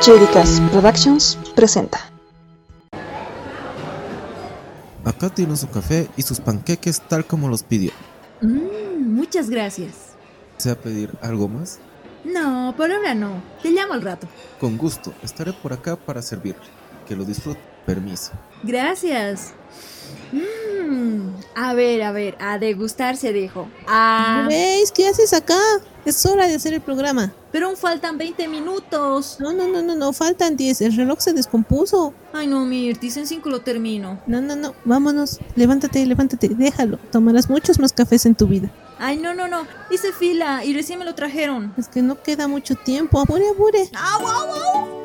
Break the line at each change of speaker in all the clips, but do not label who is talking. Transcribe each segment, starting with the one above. Churicas Productions presenta.
Acá tiene su café y sus panqueques tal como los pidió.
Mm, muchas gracias.
¿Desea pedir algo más?
No, por ahora no. Te llamo al rato.
Con gusto, estaré por acá para servirle. Que lo disfrute. Permiso.
Gracias. Mm, a ver, a ver, a degustar se dijo. Ah,
¿Veis qué haces acá? Es hora de hacer el programa.
pero aún faltan 20 minutos.
No, no, no, no, no, faltan 10. El reloj se descompuso.
Ay, no, Mirtis, en 5 lo termino.
No, no, no, vámonos. Levántate, levántate, déjalo. Tomarás muchos más cafés en tu vida.
Ay, no, no, no. Hice fila y recién me lo trajeron.
Es que no queda mucho tiempo. Apure, apure.
¡Au, au, au!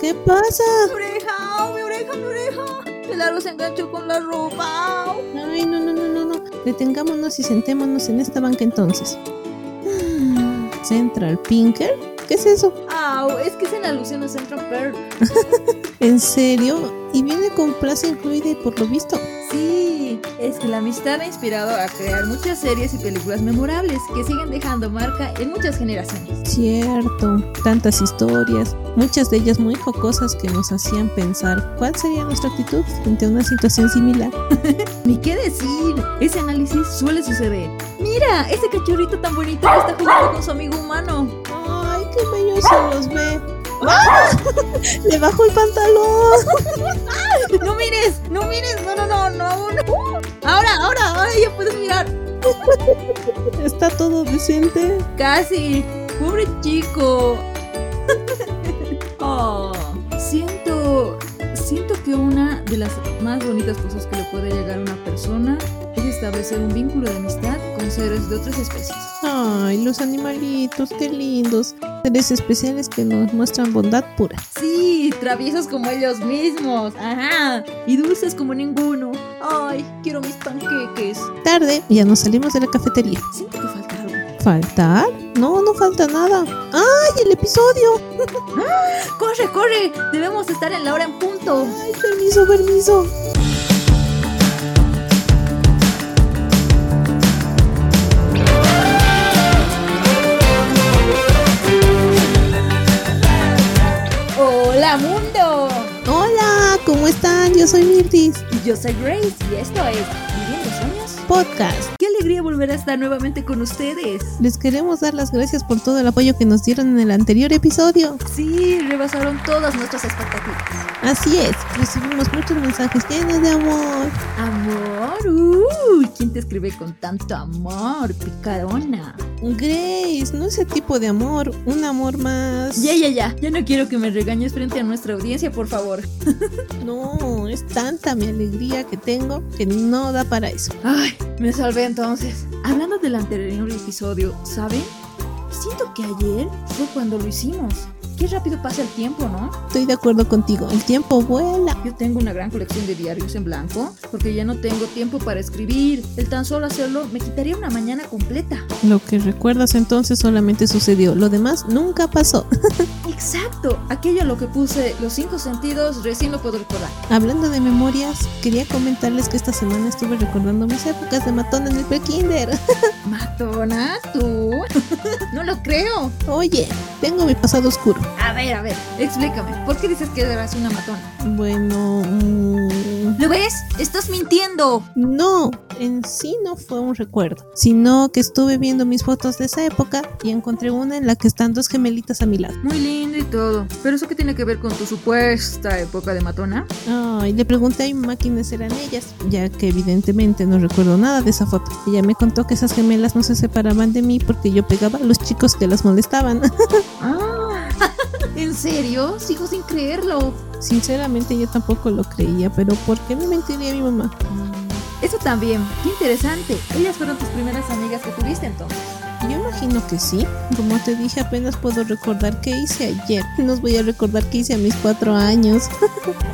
¿Qué pasa?
¡Mi oreja, au, mi oreja, mi oreja! El largo se enganchó con la ropa. au.
Ay, no, no, no, no, no. Detengámonos y sentémonos en esta banca entonces. Mm, Central Pinker. ¿Qué es eso?
Au, es que es en alusión a Central Perk.
¿En serio? Y viene con plaza incluida y por lo visto.
Sí, es que la amistad ha inspirado a crear muchas series y películas memorables que siguen dejando marca en muchas generaciones.
Cierto, tantas historias, muchas de ellas muy jocosas que nos hacían pensar cuál sería nuestra actitud frente a una situación similar.
Ni qué decir, ese análisis suele suceder. Mira, ese cachorrito tan bonito que está jugando con su amigo humano.
¡Ay, qué bello se los ve! ¡Ah! ¡Le bajo el pantalón!
No mires, no mires, no, no, no, no. no. Ahora, ahora, ahora ya puedes mirar.
Está todo decente.
Casi, pobre chico. Oh, siento, siento que una de las más bonitas cosas que le puede llegar a una persona es establecer un vínculo de amistad con seres de otras especies.
¡Ay, los animalitos, qué lindos! Seres especiales que nos muestran bondad pura.
Sí, traviesos como ellos mismos, ajá, y dulces como ninguno. Ay, quiero mis panqueques.
Tarde, ya nos salimos de la cafetería.
Siento que falta algo.
¿Faltar? No, no falta nada. ¡Ay, el episodio!
Corre, corre, debemos estar en la hora en punto.
¡Ay, permiso, permiso!
Hola mundo.
Hola, ¿cómo están? Yo soy Mirtis.
Y Yo soy Grace y esto es Viviendo Sueños.
Podcast.
Qué alegría volver a estar nuevamente con ustedes.
Les queremos dar las gracias por todo el apoyo que nos dieron en el anterior episodio.
Sí, rebasaron todas nuestras expectativas.
Así es, recibimos muchos mensajes llenos de amor.
Amor, uh, ¿quién te escribe con tanto amor, picarona?
Grace, no ese tipo de amor, un amor más.
Ya, ya, ya, ya no quiero que me regañes frente a nuestra audiencia, por favor.
No, es tanta mi alegría que tengo que no da para eso.
Ay, me salvé entonces. Hablando del anterior episodio, ¿saben? Siento que ayer fue cuando lo hicimos. Qué rápido pasa el tiempo, ¿no?
Estoy de acuerdo contigo, el tiempo vuela.
Yo tengo una gran colección de diarios en blanco porque ya no tengo tiempo para escribir. El tan solo hacerlo me quitaría una mañana completa.
Lo que recuerdas entonces solamente sucedió, lo demás nunca pasó.
Exacto, aquello a lo que puse los cinco sentidos recién lo puedo recordar.
Hablando de memorias, quería comentarles que esta semana estuve recordando mis épocas de matón en el prekinder.
¿Matona? ¿Tú? no lo creo.
Oye, tengo mi pasado oscuro.
A ver, a ver, explícame. ¿Por qué dices que eras una matona?
Bueno, mm,
¿Lo ves? ¡Estás mintiendo!
no, en sí no fue un recuerdo, sino que estuve viendo mis fotos de esa época y encontré una en la que están dos gemelitas a mi lado.
Muy lindo y todo. Pero eso qué tiene que ver con tu supuesta época de matona?
Ay, le pregunté a mi mamá quiénes eran ellas, ya que evidentemente no recuerdo nada de esa foto. Ella me contó que esas gemelas no se separaban de mí porque yo pegaba a los chicos que las molestaban.
Ah. ¿En serio? Sigo sin creerlo.
Sinceramente yo tampoco lo creía, pero ¿por qué me mentiría mi mamá?
Mm, Eso también. Qué interesante. Ellas fueron tus primeras amigas que tuviste entonces.
Yo imagino que sí. Como te dije, apenas puedo recordar qué hice ayer. Nos voy a recordar qué hice a mis cuatro años.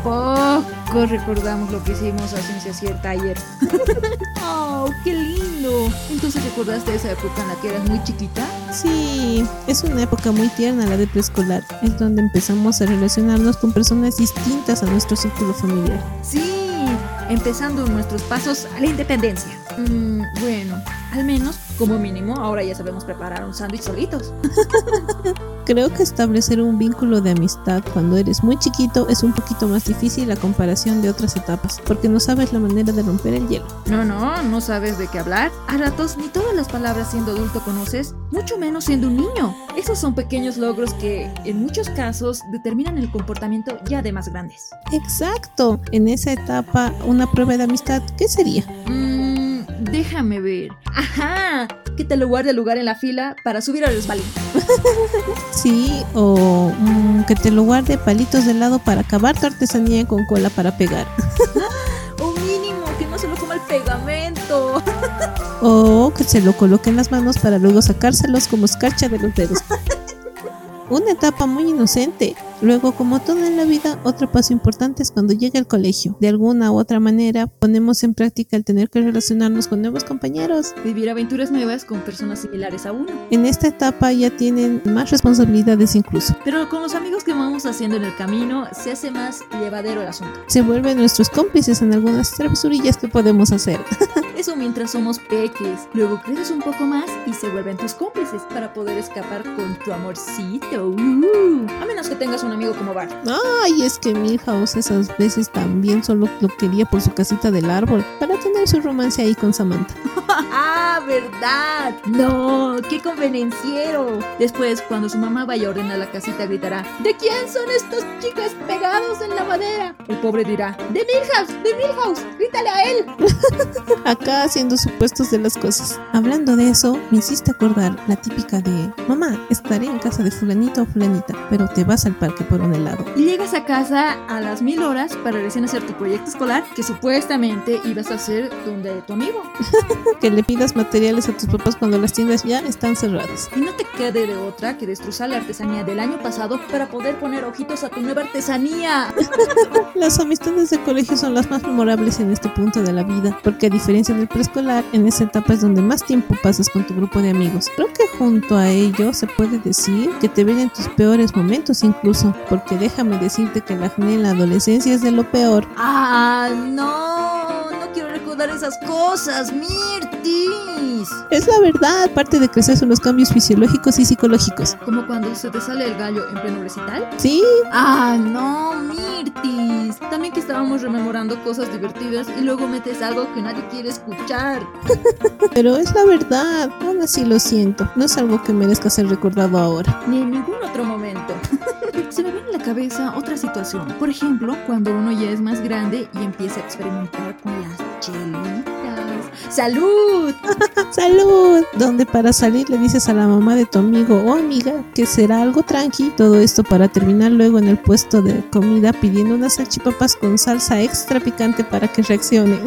Poco recordamos lo que hicimos a ciencia cierta ayer. ¡Oh, qué lindo! Entonces recordaste esa época en la que eras muy chiquita.
Sí, es una época muy tierna la de preescolar. Es donde empezamos a relacionarnos con personas distintas a nuestro círculo familiar.
Sí, empezando nuestros pasos a la independencia. Mm, bueno, al menos Como mínimo, ahora ya sabemos preparar un sándwich solitos.
Creo que establecer un vínculo de amistad cuando eres muy chiquito es un poquito más difícil a comparación de otras etapas, porque no sabes la manera de romper el hielo.
No, no, no sabes de qué hablar. A ratos ni todas las palabras siendo adulto conoces, mucho menos siendo un niño. Esos son pequeños logros que, en muchos casos, determinan el comportamiento ya de más grandes.
Exacto, en esa etapa una prueba de amistad, ¿qué sería?
Mmm, déjame ver. Ajá, que te lo guarde el lugar en la fila para subir al resbalín.
Sí, o mm, que te lo guarde palitos de lado para acabar tu artesanía con cola para pegar.
O mínimo, que no se lo coma el pegamento.
O que se lo coloque en las manos para luego sacárselos como escarcha de los dedos. Una etapa muy inocente. Luego, como todo en la vida, otro paso importante es cuando llega el colegio. De alguna u otra manera, ponemos en práctica el tener que relacionarnos con nuevos compañeros.
Vivir aventuras nuevas con personas similares a uno.
En esta etapa ya tienen más responsabilidades incluso.
Pero con los amigos que vamos haciendo en el camino, se hace más llevadero el asunto.
Se vuelven nuestros cómplices en algunas travesurillas que podemos hacer.
Eso mientras somos peques. Luego creces un poco más y se vuelven tus cómplices para poder escapar con tu amorcito. Uh, a menos que tengas un amigo como Bart.
Ay, es que Milhouse esas veces también solo lo quería por su casita del árbol, para tener su romance ahí con Samantha.
¡Ah, verdad! ¡No! ¡Qué convenenciero! Después, cuando su mamá vaya a ordenar la casita, gritará: ¿De quién son estos chicos pegados en la madera? El pobre dirá: ¡De Milhouse! ¡De Milhouse! ¡Grítale a él!
Acá haciendo supuestos de las cosas. Hablando de eso, me hiciste acordar la típica de, mamá, estaré en casa de fulanito o fulanita, pero te vas al parque por un helado.
Y llegas a casa a las mil horas para recién hacer tu proyecto escolar que supuestamente ibas a hacer donde tu amigo.
Que le pidas materiales a tus papás cuando las tiendas ya están cerradas.
Y no te quede de otra que destrozar la artesanía del año pasado para poder poner ojitos a tu nueva artesanía.
Las amistades de colegio son las más memorables en este punto de la vida, porque a diferencia del preescolar, en esa etapa es donde más tiempo pasas con tu grupo de amigos. Creo que junto a ello se puede decir que te ven en tus peores momentos incluso, porque déjame decirte que el acné en la adolescencia es de lo peor.
¡Ah, no! No quiero recordar esas cosas, Mirtis.
Es la verdad, parte de crecer son los cambios fisiológicos y psicológicos.
Como cuando se te sale el gallo en pleno recital.
Sí,
¡Ah, no, Mirtis! También que estábamos rememorando cosas divertidas y luego metes algo que nadie quiere escuchar.
pero es la verdad, aún así lo siento, no es algo que merezca ser recordado ahora.
ni en ningún otro momento. Se me viene a la cabeza otra situación. Por ejemplo, cuando uno ya es más grande y empieza a experimentar con las chelitas. ¡Salud!
¡Salud! Donde para salir le dices a la mamá de tu amigo o amiga que será algo tranqui. Todo esto para terminar luego en el puesto de comida pidiendo unas salchipapas con salsa extra picante para que reaccione.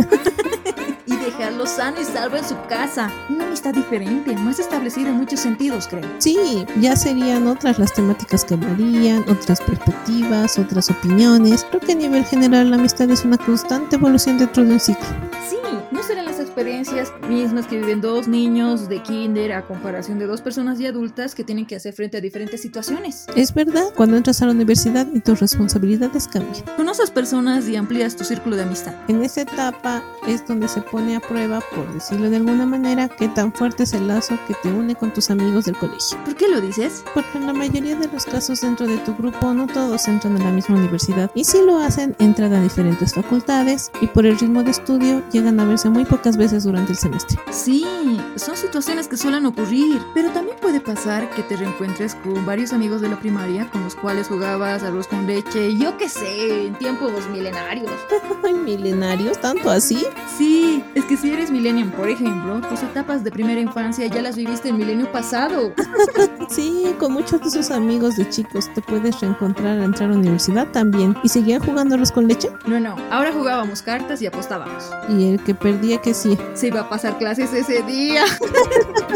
Y dejarlo sano y salvo en su casa. Una amistad diferente, más establecida en muchos sentidos, creo.
sí, ya serían otras las temáticas que hablarían, otras perspectivas, otras opiniones. Creo que a nivel general la amistad es una constante evolución dentro de un ciclo.
Sí, no serán las experiencias mismas que viven dos niños de kinder a comparación de dos personas y adultas que tienen que hacer frente a diferentes situaciones.
Es verdad, cuando entras a la universidad y tus responsabilidades cambian.
Conoces personas y amplías tu círculo de amistad.
En esta etapa es donde se pone a prueba, por decirlo de alguna manera, qué tan fuerte es el lazo que te une con tus amigos del colegio.
¿Por qué lo dices?
Porque en la mayoría de los casos dentro de tu grupo no todos entran a la misma universidad y si lo hacen entran a diferentes facultades y por el ritmo de estudio llegan a verse muy pocas veces durante el semestre.
Sí, son situaciones que suelen ocurrir, pero también puede pasar que te reencuentres con varios amigos de la primaria con los cuales jugabas arroz con leche, yo qué sé, en tiempos milenarios.
Ay, milenarios, tanto así.
Sí, es que si eres millennium, por ejemplo, tus etapas de primera infancia ya las viviste el milenio pasado.
Sí, con muchos de esos amigos de chicos te puedes reencontrar al entrar a la universidad también y seguían jugándolos con leche
No, no, ahora jugábamos cartas y apostábamos.
y el que perdía que sí.
Se iba a pasar clases ese día.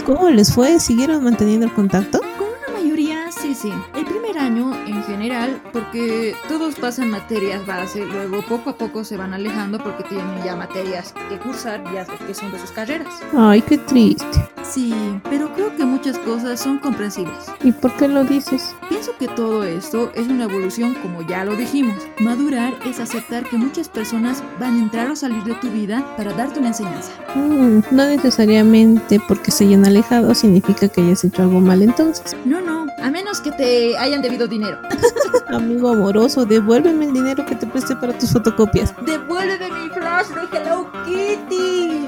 ¿Cómo les fue? ¿Siguieron manteniendo el contacto?
Con una mayoría, sí, sí. El primer año, en general, porque todos pasan materias base, luego poco a poco se van alejando porque tienen ya materias que cursar, ya que son de sus carreras.
Ay, qué triste.
Sí, pero creo que muchas cosas son comprensibles.
¿Y por qué lo dices?
Pienso que todo esto es una evolución como ya lo dijimos. Madurar es aceptar que muchas personas van a entrar o salir de tu vida para darte una enseñanza.
Mm, no necesariamente porque se hayan alejado significa que hayas hecho algo mal entonces.
No, no, a menos que te hayan debido dinero.
Amigo amoroso, devuélveme el dinero que te presté para tus fotocopias.
¡Devuélveme mi flash de Hello Kitty!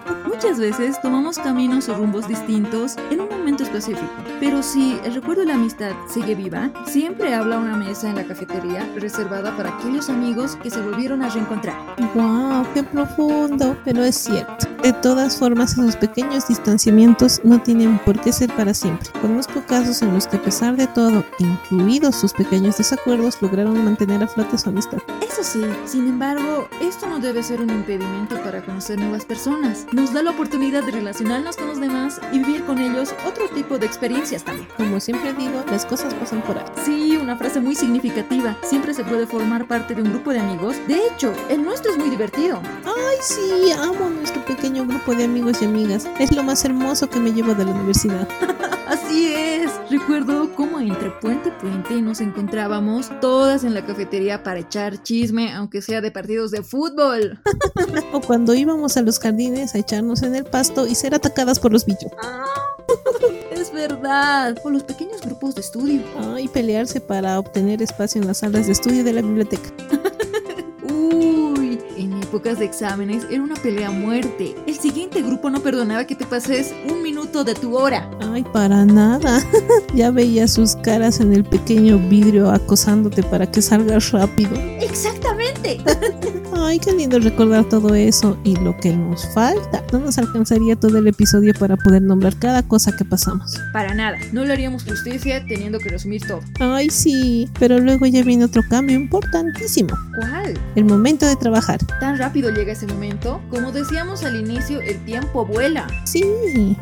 Muchas veces tomamos caminos o rumbos distintos en un momento específico, pero si el recuerdo de la amistad sigue viva, siempre habla una mesa en la cafetería reservada para aquellos amigos que se volvieron a reencontrar.
¡Wow! ¡Qué profundo! Pero es cierto. De todas formas, esos pequeños distanciamientos no tienen por qué ser para siempre. Conozco casos en los que a pesar de todo, incluidos sus pequeños desacuerdos, lograron mantener a flote su amistad.
Eso sí, sin embargo, esto no debe ser un impedimento para conocer nuevas personas. Nos da la oportunidad de relacionarnos con los demás y vivir con ellos otro tipo de experiencias también.
Como siempre digo, las cosas pasan por algo.
Sí, una frase muy significativa. Siempre se puede formar parte de un grupo de amigos. De hecho, el nuestro es muy divertido.
¡Ay, sí! Amo nuestro pequeño grupo de amigos y amigas. Es lo más hermoso que me llevo de la universidad.
Así es. Recuerdo cómo entre puente y puente nos encontrábamos todas en la cafetería para echar chisme, aunque sea de partidos de fútbol.
O cuando íbamos a los jardines a echarnos en el pasto y ser atacadas por los bichos.
Es verdad. O los pequeños grupos de estudio.
Ay, pelearse para obtener espacio en las salas de estudio de la biblioteca.
Uy, en épocas de exámenes era una pelea a muerte. El siguiente grupo no perdonaba que te pases un minuto de tu hora.
Ay, para nada. ya veía sus caras en el pequeño vidrio acosándote para que salgas rápido.
Exactamente.
Ay, qué lindo recordar todo eso y lo que nos falta. No nos alcanzaría todo el episodio para poder nombrar cada cosa que pasamos.
Para nada. No le haríamos justicia teniendo que resumir todo.
Ay, sí, pero luego ya viene otro cambio importantísimo.
¿Cuál?
El momento de trabajar.
Tan rápido llega ese momento. Como decíamos al inicio, el tiempo vuela.
Sí,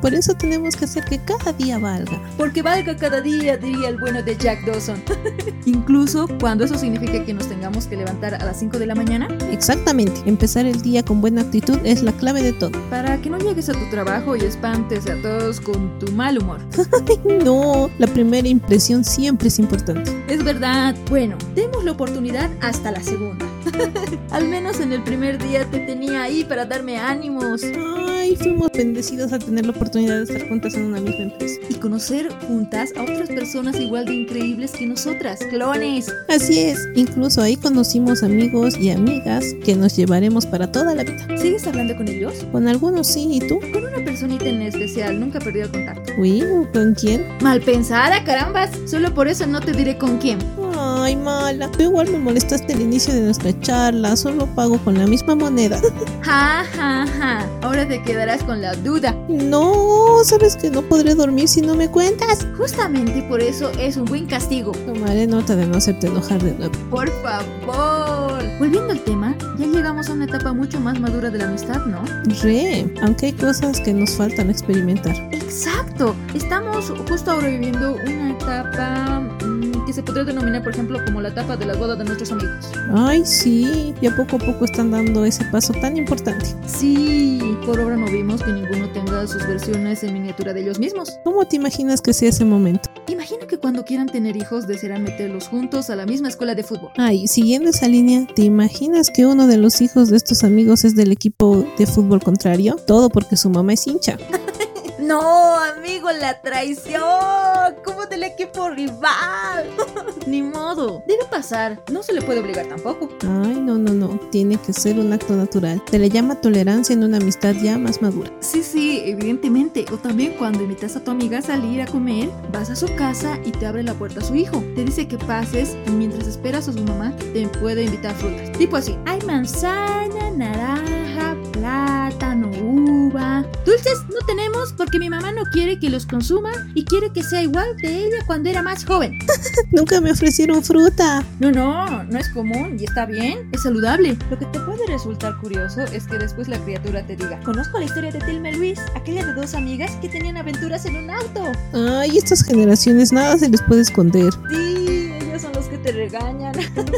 por eso tenemos que hacer que cada día valga.
Porque valga cada día, diría el bueno de Jack Dawson. Incluso cuando eso significa que nos tengamos que levantar a las 5 de la mañana
Exactamente, empezar el día con buena actitud es la clave de todo.
para que no llegues a tu trabajo y espantes a todos con tu mal humor.
No, la primera impresión siempre es importante.
Es verdad. Bueno, demos la oportunidad hasta la segunda. Al menos en el primer día te tenía ahí para darme ánimos
Ay, fuimos bendecidos al tener la oportunidad de estar juntas en una misma empresa.
y conocer juntas a otras personas igual de increíbles que nosotras, clones.
Así es, incluso ahí conocimos amigos y amigas que nos llevaremos para toda la vida.
¿Sigues hablando con ellos?
Con algunos sí, ¿y tú?
Con una personita en especial, nunca perdió el contacto.
Uy, ¿con quién?
Mal pensada, carambas. Solo por eso no te diré con quién.
Ay, mala. Tú igual me molestaste al inicio de nuestra charla, solo pago con la misma moneda.
Ja, ja, ja. Ahora te quedarás con la duda.
No, sabes que no podré dormir si no me cuentas.
Justamente por eso es un buen castigo.
Tomaré nota de no hacerte enojar de nuevo.
Por favor. Volviendo al tema, ya llegamos a una etapa mucho más madura de la amistad, ¿no?
Re, aunque hay cosas que nos faltan experimentar.
Exacto. Estamos justo ahora viviendo una etapa mm, que se podría denominar, por ejemplo, como la etapa de la boda de nuestros amigos.
Ay, sí, ya poco a poco están dando ese paso tan importante.
Sí, por ahora no vimos que ninguno tenga sus versiones en miniatura de ellos mismos.
¿Cómo te imaginas que sea ese momento?
Imagino que cuando quieran tener hijos desearán meterlos juntos a la misma escuela de fútbol.
Ay, siguiendo esa línea, ¿te imaginas que uno de los hijos de estos amigos es del equipo de fútbol contrario? Todo porque su mamá es hincha.
No, amigo, la traición. Como del equipo rival. Ni modo. Debe pasar. No se le puede obligar tampoco.
Ay, no, no, no, tiene que ser un acto natural. Se le llama tolerancia en una amistad ya más madura.
Sí, sí, evidentemente. O también cuando invitas a tu amiga a salir a comer, vas a su casa y te abre la puerta a su hijo. Te dice que pases y mientras esperas a su mamá, te puede invitar frutas. Tipo así. Hay manzana, naranja, plátano, uva. Dulces no tenemos porque mi mamá no quiere que los consuma y quiere que sea igual de ella cuando era más joven.
Nunca me ofrecieron fruta.
No, no, no es común y está bien, es saludable. Lo que te puede resultar curioso es que después la criatura te diga, conozco la historia de Telma y Luis, aquella de dos amigas que tenían aventuras en un auto.
Ay, estas generaciones nada se les puede esconder.
Sí, ellos son los que te
regañan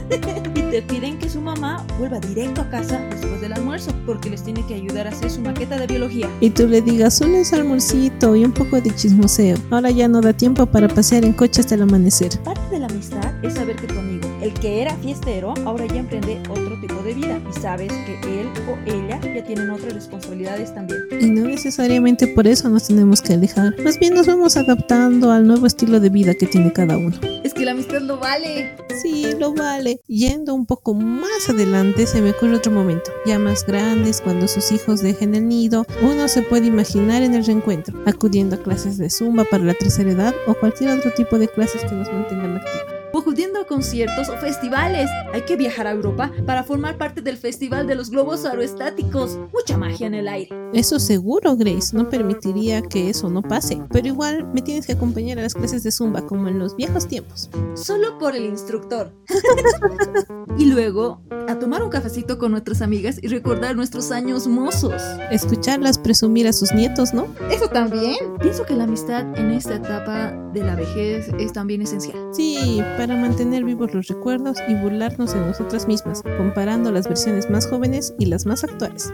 y te piden que su mamá vuelva directo a casa después del almuerzo porque les tiene que ayudar a hacer su maqueta de biología.
Y tú le digas solo es almuercito y un poco de chismoseo. Ahora ya no da tiempo para pasear en coche hasta el amanecer.
Parte de la amistad es saber que tu amigo, el que era fiestero, ahora ya emprende otro tipo de vida y sabes que él o ella ya tienen otras responsabilidades también.
Y no necesariamente por eso nos tenemos que alejar. Más bien nos vamos adaptando al nuevo estilo de vida que tiene cada uno.
Es que la amistad lo vale.
Sí, lo vale. Yendo un poco más adelante, se me ocurre otro momento. Ya más grandes, cuando sus hijos dejen el nido, uno se puede imaginar en el reencuentro, acudiendo a clases de zumba para la tercera edad o cualquier otro tipo de clases que nos mantengan activos.
O acudiendo a conciertos o festivales. Hay que viajar a Europa para formar parte del Festival de los Globos Aerostáticos. Mucha magia en el aire.
Eso seguro, Grace, no permitiría que eso no pase. Pero igual me tienes que acompañar a las clases de zumba como en los viejos tiempos.
Solo por el instructor. y luego, a tomar un cafecito con nuestras amigas y recordar nuestros años mozos.
Escucharlas presumir a sus nietos, ¿no?
Eso también. Pienso que la amistad en esta etapa de la vejez es también esencial.
Sí, para mantener vivos los recuerdos y burlarnos de nosotras mismas, comparando las versiones más jóvenes y las más actuales.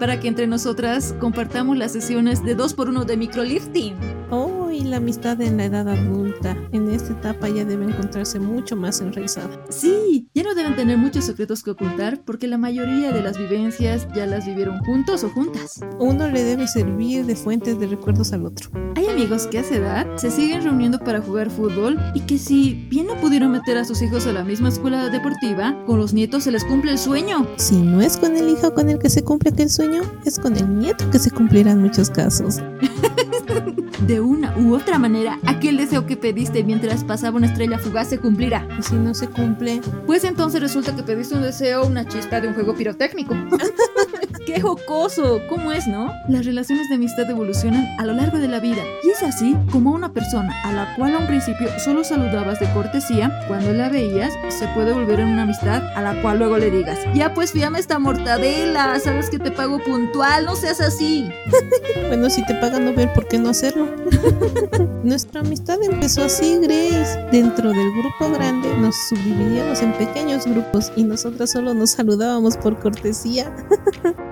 Para que entre nosotras compartamos las sesiones de 2x1 de microlifting.
Oh, y la amistad en la edad adulta. En esta etapa ya debe encontrarse mucho más enraizada.
Sí, ya no deben tener muchos secretos que ocultar porque la mayoría de las vivencias ya las vivieron juntos o juntas.
Uno le debe servir de fuentes de recuerdos al otro.
Hay amigos que a esa edad se siguen reuniendo para jugar fútbol y que si bien no pudieron meter a sus hijos a la misma escuela deportiva, con los nietos se les cumple el sueño.
Si no es con el hijo con el que se cumple aquel sueño, es con el nieto que se cumplirá en muchos casos.
De una u otra manera, aquel deseo que pediste mientras pasaba una estrella fugaz se cumplirá.
Y si no se cumple,
Pues entonces resulta que pediste un deseo, una chispa de un juego pirotécnico. ¡Qué jocoso! ¿Cómo es, no? Las relaciones de amistad evolucionan a lo largo de la vida. Y es así como una persona a la cual a un principio solo saludabas de cortesía, cuando la veías, se puede volver en una amistad a la cual luego le digas, ya pues fíame esta mortadela, sabes que te pago puntual, no seas así.
bueno, si te pagan no ver por qué no hacerlo. Nuestra amistad empezó así, Grace. Dentro del grupo grande nos subdividíamos en pequeños grupos y nosotras solo nos saludábamos por cortesía.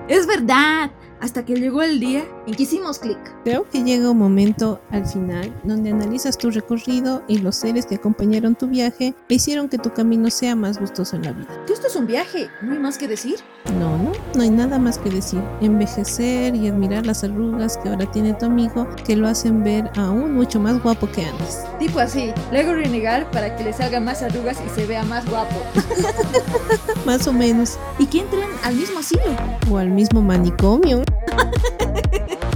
Es verdad, hasta que llegó el día en que hicimos clic.
Creo que llega un momento al final donde analizas tu recorrido y los seres que acompañaron tu viaje e hicieron que tu camino sea más gustoso en la vida.
Que esto es un viaje, no hay más que decir.
No, no, no hay nada más que decir. Envejecer y admirar las arrugas que ahora tiene tu amigo que lo hacen ver aún mucho más guapo que antes.
Tipo así, luego renegar para que le salgan más arrugas y se vea más guapo.
Más o menos.
Y que entren al mismo asilo.
O al mismo manicomio.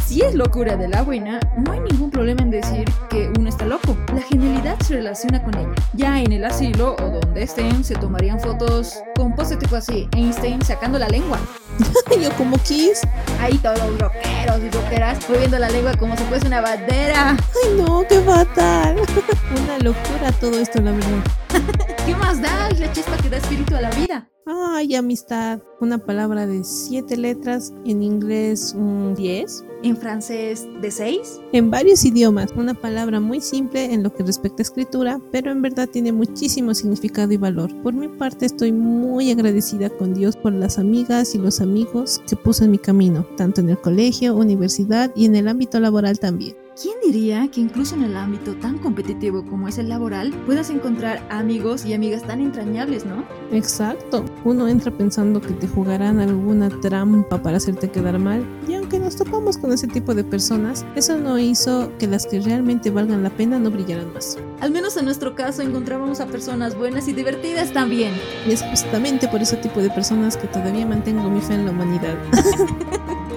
Si es locura de la buena, no hay ningún problema en decir que uno está loco. La genialidad se relaciona con ella. Ya en el asilo o donde estén, se tomarían fotos con pose tipo así, Einstein sacando la lengua.
Yo como Kiss.
Ahí todos los rockeros y rockeras moviendo la lengua como si fuese una bandera.
Ay no, qué fatal. Una locura todo esto, la verdad.
¿Qué más da? Es la chispa que da espíritu a la vida.
Ay, amistad. Una palabra de siete letras, en inglés un 10.
En francés, de 6.
En varios idiomas, una palabra muy simple en lo que respecta a escritura, pero en verdad tiene muchísimo significado y valor. Por mi parte estoy muy agradecida con Dios por las amigas y los amigos que puso en mi camino, tanto en el colegio, universidad y en el ámbito laboral también.
¿Quién diría que incluso en el ámbito tan competitivo como es el laboral, puedas encontrar amigos y amigas tan entrañables, ¿no?
Exacto. Uno entra pensando que te jugarán alguna trampa para hacerte quedar mal. Y aunque nos topamos con ese tipo de personas, eso no hizo que las que realmente valgan la pena no brillaran más.
Al menos en nuestro caso encontrábamos a personas buenas y divertidas también.
Y es justamente por ese tipo de personas que todavía mantengo mi fe en la humanidad.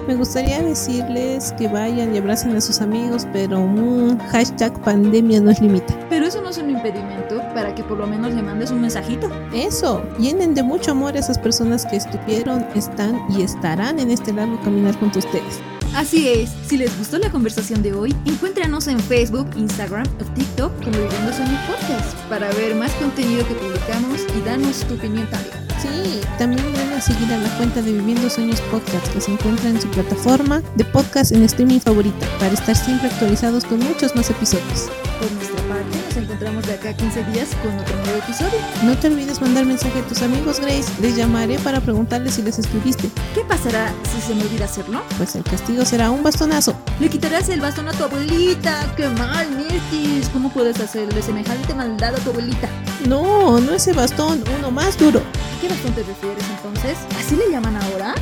Me gustaría decirles que vayan y abracen a sus amigos, pero mm, hashtag pandemia nos limita.
Pero eso no es un impedimento para que por lo menos le mandes un mensajito.
Eso, llenen de mucho amor a esas personas que estuvieron, están y estarán en este largo caminar junto a ustedes.
Así es, si les gustó la conversación de hoy, encuéntranos en Facebook, Instagram o TikTok como Viviendo Sueño Podcast para ver más contenido que publicamos y danos tu opinión también.
Sí, también van a seguir a la cuenta de Viviendo Sueños Podcast que se encuentra en su plataforma de podcast en streaming favorita para estar siempre actualizados con muchos más episodios.
Por nuestra parte, nos encontramos encontramos de acá a 15 días con otro nuevo episodio.
No te olvides mandar mensaje a tus amigos, Grace. Les llamaré para preguntarles si les escribiste.
¿Qué pasará si se me olvida hacerlo?
Pues el castigo será un bastonazo.
Le quitarás el bastón a tu abuelita. ¡Qué mal, Mirtis! ¿Cómo puedes hacerle semejante maldad a tu abuelita?
No, no ese bastón, uno más duro.
¿A qué bastón te refieres entonces? ¿Así le llaman ahora?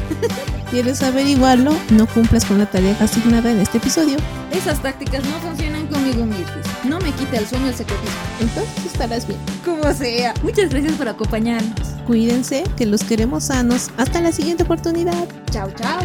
¿Quieres averiguarlo? No cumplas con la tarea asignada en este episodio.
Esas tácticas no funcionan conmigo, Mirtis. No me quita el sueño el sacrificio.
Entonces estarás bien.
Como sea. Muchas gracias por acompañarnos.
Cuídense, que los queremos sanos. Hasta la siguiente oportunidad.
Chao, chao.